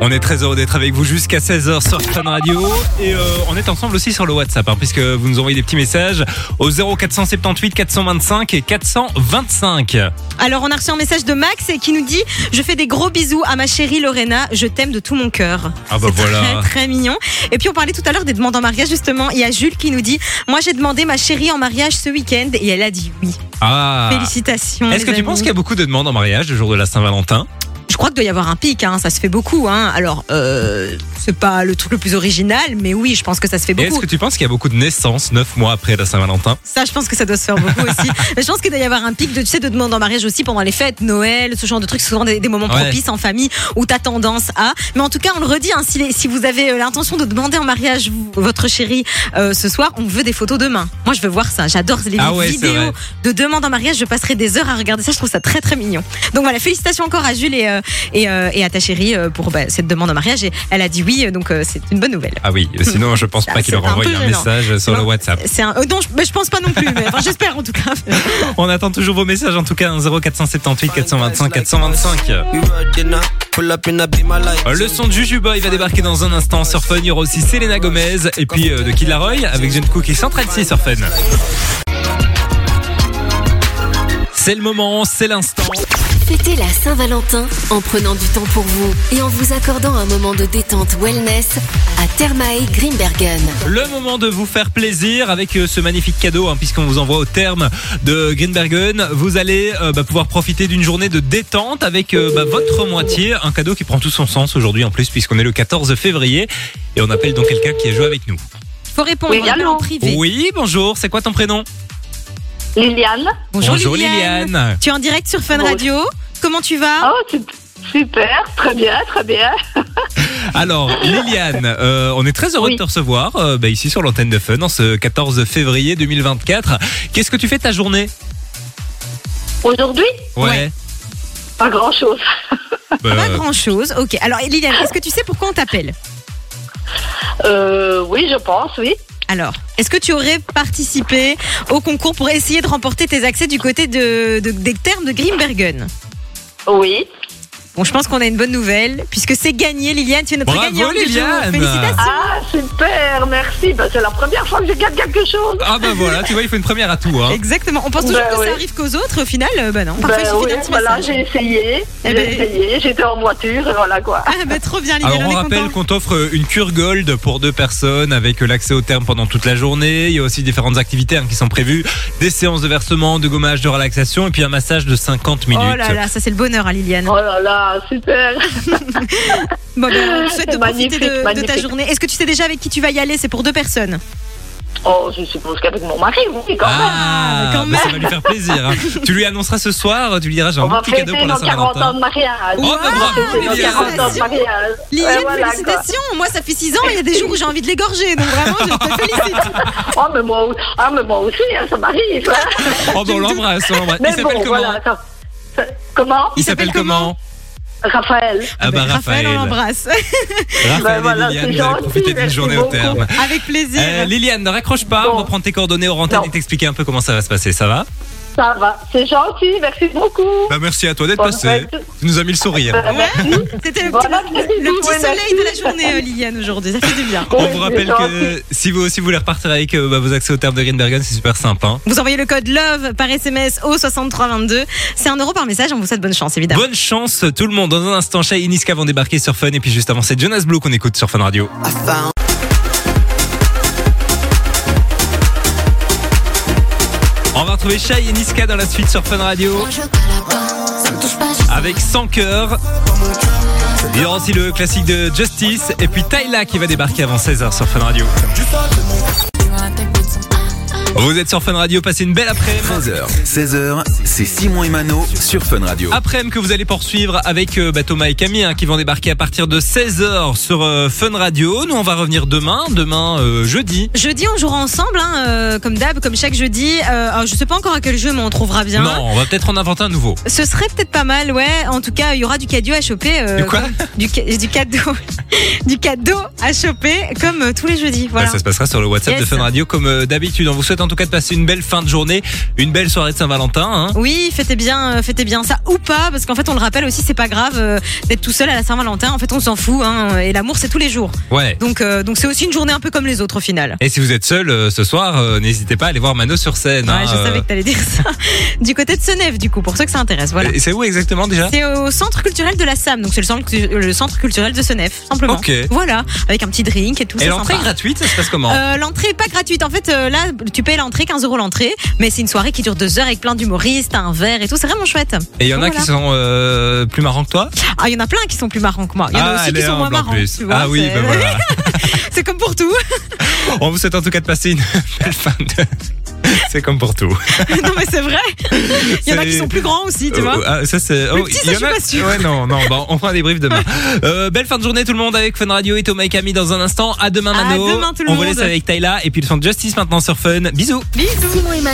S3: On est très heureux d'être avec vous jusqu'à 16h sur Fun Radio. Et euh, on est ensemble aussi sur le WhatsApp, hein, puisque vous nous envoyez des petits messages au 0478 425 et 425.
S2: Alors on a reçu un message de Max qui nous dit je fais des gros bisous à ma chérie Lorena, je t'aime de tout mon cœur.
S3: Ah bah
S2: C'est
S3: voilà.
S2: Très très mignon. Et puis on parlait tout à l'heure des demandes en mariage justement. Il y a Jules qui nous dit moi j'ai demandé ma chérie en mariage ce week-end et elle a dit oui.
S3: Ah
S2: Félicitations.
S3: Est-ce que
S2: les
S3: tu
S2: amis.
S3: penses qu'il y a beaucoup de demandes en mariage le jour de la Saint-Valentin
S2: Je crois qu'il doit y avoir un pic, hein, ça se fait beaucoup. Hein. Alors euh, c'est pas le truc le plus original, mais oui je pense que ça se fait
S3: Et
S2: beaucoup.
S3: est-ce que tu penses qu'il y a beaucoup de naissances 9 mois après la Saint-Valentin
S2: Ça, je pense que ça doit se faire beaucoup aussi. Mais je pense qu'il doit y avoir un pic de, tu sais, de demandes en mariage aussi pendant les fêtes, Noël, ce genre de trucs, souvent des, des moments
S3: Ouais.
S2: propices en famille où t'as tendance à. Mais en tout cas, on le redit, hein, si, les- si vous avez euh, l'intention de demander en mariage vous- votre chérie euh, ce soir, on veut des photos demain. Moi, je veux voir ça. J'adore les
S3: Ah ouais, c'est vrai.
S2: vidéos de demandes en mariage. Je passerai des heures à regarder ça. Je trouve ça très, très mignon. Donc voilà, félicitations encore à Jules et, euh, et, euh, et à ta chérie euh, pour bah, cette demande en mariage. Et elle a dit oui, donc euh, c'est une bonne nouvelle.
S3: Ah oui, sinon je pense
S2: Ça,
S3: pas qu'il
S2: c'est
S3: leur
S2: un
S3: envoie
S2: peu
S3: un
S2: gênant.
S3: message sur
S2: Non.
S3: le WhatsApp.
S2: C'est un. euh, non, je, mais je pense pas non plus, mais enfin, j'espère en tout cas.
S3: On attend toujours vos messages en tout cas hein, 0478 425 425.
S6: We riding up, pull up in a be my life.
S3: Euh, Le son de Jujuba, il va débarquer dans un instant sur Fun. Il y aura aussi Selena Gomez et puis euh, de Kid Laroi avec Jane Cook et Central C sur Fun. C'est le moment, c'est l'instant.
S5: Fêtez la Saint-Valentin en prenant du temps pour vous et en vous accordant un moment de détente wellness à Thermae Grimbergen.
S3: Le moment de vous faire plaisir avec euh, ce magnifique cadeau, hein, puisqu'on vous envoie au terme de Greenbergen. Vous allez euh, bah, pouvoir profiter d'une journée de détente avec euh, bah, votre moitié. Un cadeau qui prend tout son sens aujourd'hui en plus, puisqu'on est le 14 février. Et on appelle donc quelqu'un qui a joué avec nous.
S2: Faut répondre
S8: Oui, allô
S2: en privé.
S3: Oui, bonjour, c'est quoi ton prénom
S8: Liliane.
S2: Tu es en direct sur Fun
S8: Bonjour.
S2: Radio. Comment tu
S3: Ah.
S2: vas
S8: Oh, sup- super, très bien, très bien.
S3: Alors, Liliane, euh, on est très heureux
S8: Oui.
S3: de te recevoir euh, bah, ici sur l'antenne de Fun en ce 14 février 2024. Qu'est-ce que tu fais de ta journée
S8: Aujourd'hui,
S2: Ouais.
S8: pas grand-chose.
S3: Bah,
S2: Pas grand chose. Ok. Alors, Liliane, est-ce que tu sais pourquoi on t'appelle
S8: Euh, oui, je pense, oui.
S2: Alors, est-ce que tu aurais participé au concours pour essayer de remporter tes accès du côté de, de- des termes de Grimbergen
S8: Oui.
S2: Bon, je pense qu'on a une bonne nouvelle puisque c'est gagné, Liliane. Tu es notre
S3: Bravo,
S2: gagnante du jour.
S3: Liliane. Hein
S2: Félicitations.
S8: Ah, super, merci. Ben, c'est la première fois que je gagne quelque chose.
S3: Ah bah voilà, tu vois, il faut une première à tout. Hein.
S2: Exactement. On pense
S8: Ben
S2: toujours que ça
S8: oui.
S2: arrive qu'aux autres. Au final, euh, bah non. Parfois, il
S8: Ben
S2: suffit
S8: oui,
S2: d'un petit
S8: voilà,
S2: message.
S8: j'ai essayé.
S2: Eh
S8: J'ai
S2: ben-
S8: essayé, j'étais en voiture, et voilà quoi.
S2: Ah bah trop bien, Liliane.
S3: Alors on
S2: est
S3: rappelle
S2: contente.
S3: qu'on t'offre une cure gold pour deux personnes avec l'accès au terme pendant toute la journée. Il y a aussi différentes activités hein, qui sont prévues, des séances de versement, de gommage, de relaxation et puis un massage de 50 minutes.
S2: Oh là là, ça c'est le bonheur, hein, Liliane.
S8: Oh là là, super.
S2: Bon, ben, on te souhaite de profiter de-
S8: Ah, C'est
S2: de,
S8: magnifique,
S2: ta
S8: magnifique.
S2: journée. Est-ce que tu sais déjà avec qui tu vas y aller C'est pour deux personnes.
S8: Oh, je suppose qu'avec mon mari, oui, quand même.
S3: Ah,
S2: Oh, quand
S3: bah, ça va
S2: même.
S3: lui faire plaisir. hein. tu lui annonceras ce soir, tu lui diras j'ai
S8: On
S3: un
S8: va
S3: petit cadeau
S8: fêter
S3: pour la
S8: nos 40 ans
S3: Saint-Valentin.
S8: de mariage.
S3: Oh, bah, bravo,
S8: On fêter nos
S3: Liliane.
S8: 40 ans de mariage. Ouais,
S2: Liliane,
S8: voilà, quoi.
S2: félicitations. Moi, ça fait six ans et il y a des jours où j'ai envie de l'égorger. Donc vraiment, je te félicite.
S8: Oh, mais moi, ah, mais moi aussi, hein, ça m'arrive. hein.
S3: Oh, bah, on ben, l'embrasse, on l'embrasse.
S8: Mais
S3: Il s'appelle
S8: bon,
S3: comment
S8: voilà. ça- ça- comment
S3: Il s'appelle comment
S8: Raphaël.
S3: Ah
S2: Ben,
S3: bah, Raphaël.
S2: on l'embrasse.
S3: Raphaël
S2: Ben,
S8: Bah voilà,
S3: et Liliane,
S8: c'est
S3: vous avez
S8: gentil,
S3: profité d'une
S8: merci
S3: journée au
S8: beaucoup.
S3: terme.
S2: Avec plaisir.
S3: Euh, Liliane, ne raccroche pas, on
S8: Bon.
S3: va prendre tes coordonnées au antenne
S8: Non.
S3: et t'expliquer un peu comment ça va se passer, ça va
S8: Ça va, c'est gentil, merci beaucoup.
S3: Bah merci à toi d'être
S8: Bonne
S3: passé.
S8: fête.
S3: Tu nous as mis le sourire.
S8: Euh, merci.
S2: C'était le petit,
S8: Voilà,
S2: le-
S8: c'est
S2: le
S8: tout,
S2: petit
S8: ouais,
S2: soleil de la
S8: merci.
S2: journée, euh, Liliane, aujourd'hui. Ça fait du bien.
S3: On
S8: Oui,
S3: vous
S8: c'est
S3: rappelle
S8: gentil.
S3: que si vous aussi vous voulez repartir avec euh, bah, vos accès au terme de Greenbergen, c'est super sympa. hein.
S2: Vous envoyez le code LOVE par SMS au 6322. C'est un euro par message. On vous souhaite bonne chance, évidemment.
S3: Bonne chance tout le monde. Dans un instant, Shay et Niska vont débarquer sur Fun et puis juste avant c'est Jonas Blue qu'on écoute sur Fun Radio.
S6: I found
S3: On va retrouver Shay et Niska dans la suite sur Fun Radio avec 100 cœurs. Il y aura aussi le classique de Justice et puis Tyla qui va débarquer avant 16h sur Fun Radio. Vous êtes sur Fun Radio, passez une belle après-midi.
S1: 13h, 16h, c'est Simon et Mano sur Fun Radio.
S3: Après-midi que vous allez poursuivre avec euh, bah, Thomas et Camille hein, qui vont débarquer à partir de 16h sur euh, Fun Radio. Nous on va revenir demain, demain euh, jeudi.
S2: Jeudi, on jouera ensemble, hein, euh, comme d'hab, comme chaque jeudi. Euh, alors, je sais pas encore à quel jeu, mais on trouvera bien.
S3: Non, on va peut-être en inventer un nouveau.
S2: Ce serait peut-être pas mal, ouais. En tout cas, il y aura du cadeau à choper. euh,
S3: Du quoi Bah,
S2: comme- du, ca- du cadeau. du cadeau à choper, comme euh, tous les jeudis. Voilà.
S3: Bah, ça se passera sur le WhatsApp
S2: Yes.
S3: de Fun Radio comme euh, d'habitude. On vous souhaite en tout cas de passer une belle fin de journée, une belle soirée de Saint-Valentin. hein.
S2: Oui, fêtez bien, euh, fêtez bien ça ou pas, parce qu'en fait, on le rappelle aussi, c'est pas grave euh, d'être tout seul à la Saint-Valentin. En fait, on s'en fout, hein, et l'amour, c'est tous les jours.
S3: Ouais.
S2: Donc, euh, donc c'est aussi une journée un peu comme les autres au final.
S3: Et si vous êtes seul euh, ce soir, euh, n'hésitez pas à aller voir Mano sur scène. hein,
S2: ouais, je savais
S3: euh.
S2: que t'allais dire ça. du côté de Senef, du coup, pour ceux que ça intéresse, voilà.
S3: Et C'est où exactement déjà
S2: C'est au centre culturel de la SAM, donc c'est le centre, le centre culturel de Senef, simplement.
S3: Ok.
S2: Voilà, avec un petit drink et tout.
S3: Et
S2: c'est
S3: l'entrée est
S2: sympa.
S3: gratuite, ça se passe comment
S2: Euh, l'entrée est pas gratuite. En fait, euh, là, tu payes l'entrée, 15 euros l'entrée, mais c'est une soirée qui dure deux heures avec plein d'humoristes, un verre et tout. C'est vraiment chouette.
S3: Et il y en a qui
S2: voilà.
S3: sont euh, plus marrants que toi
S2: Ah, il y en a plein qui sont plus marrants que moi. Il y en a
S3: Ah,
S2: aussi qui
S3: elle est
S2: sont moins
S3: humble en
S2: marrants.
S3: plus.
S2: tu vois,
S3: ah oui,
S2: c'est-
S3: bah voilà.
S2: c'est comme pour tout.
S3: On vous souhaite en tout cas de passer une belle fin de. C'est comme pour tout.
S2: non, mais c'est vrai. Il y en a qui
S3: C'est-
S2: sont plus grands aussi, tu vois.
S3: Euh, ah, ça c'est.
S2: Le petit, ça,
S3: il y
S2: je suis
S3: en a-
S2: pas sûre.
S3: Ouais, non, non. Bon, on fera des briefs demain. Euh, belle fin de journée tout le monde avec Fun Radio et Thomas et Camille dans un instant. À demain
S2: À
S3: Mano.
S2: demain, tout le
S3: on vous
S2: monde.
S3: laisse avec Tayla et puis le son de Justice maintenant sur Fun. Bisous.
S5: Simon et Mano.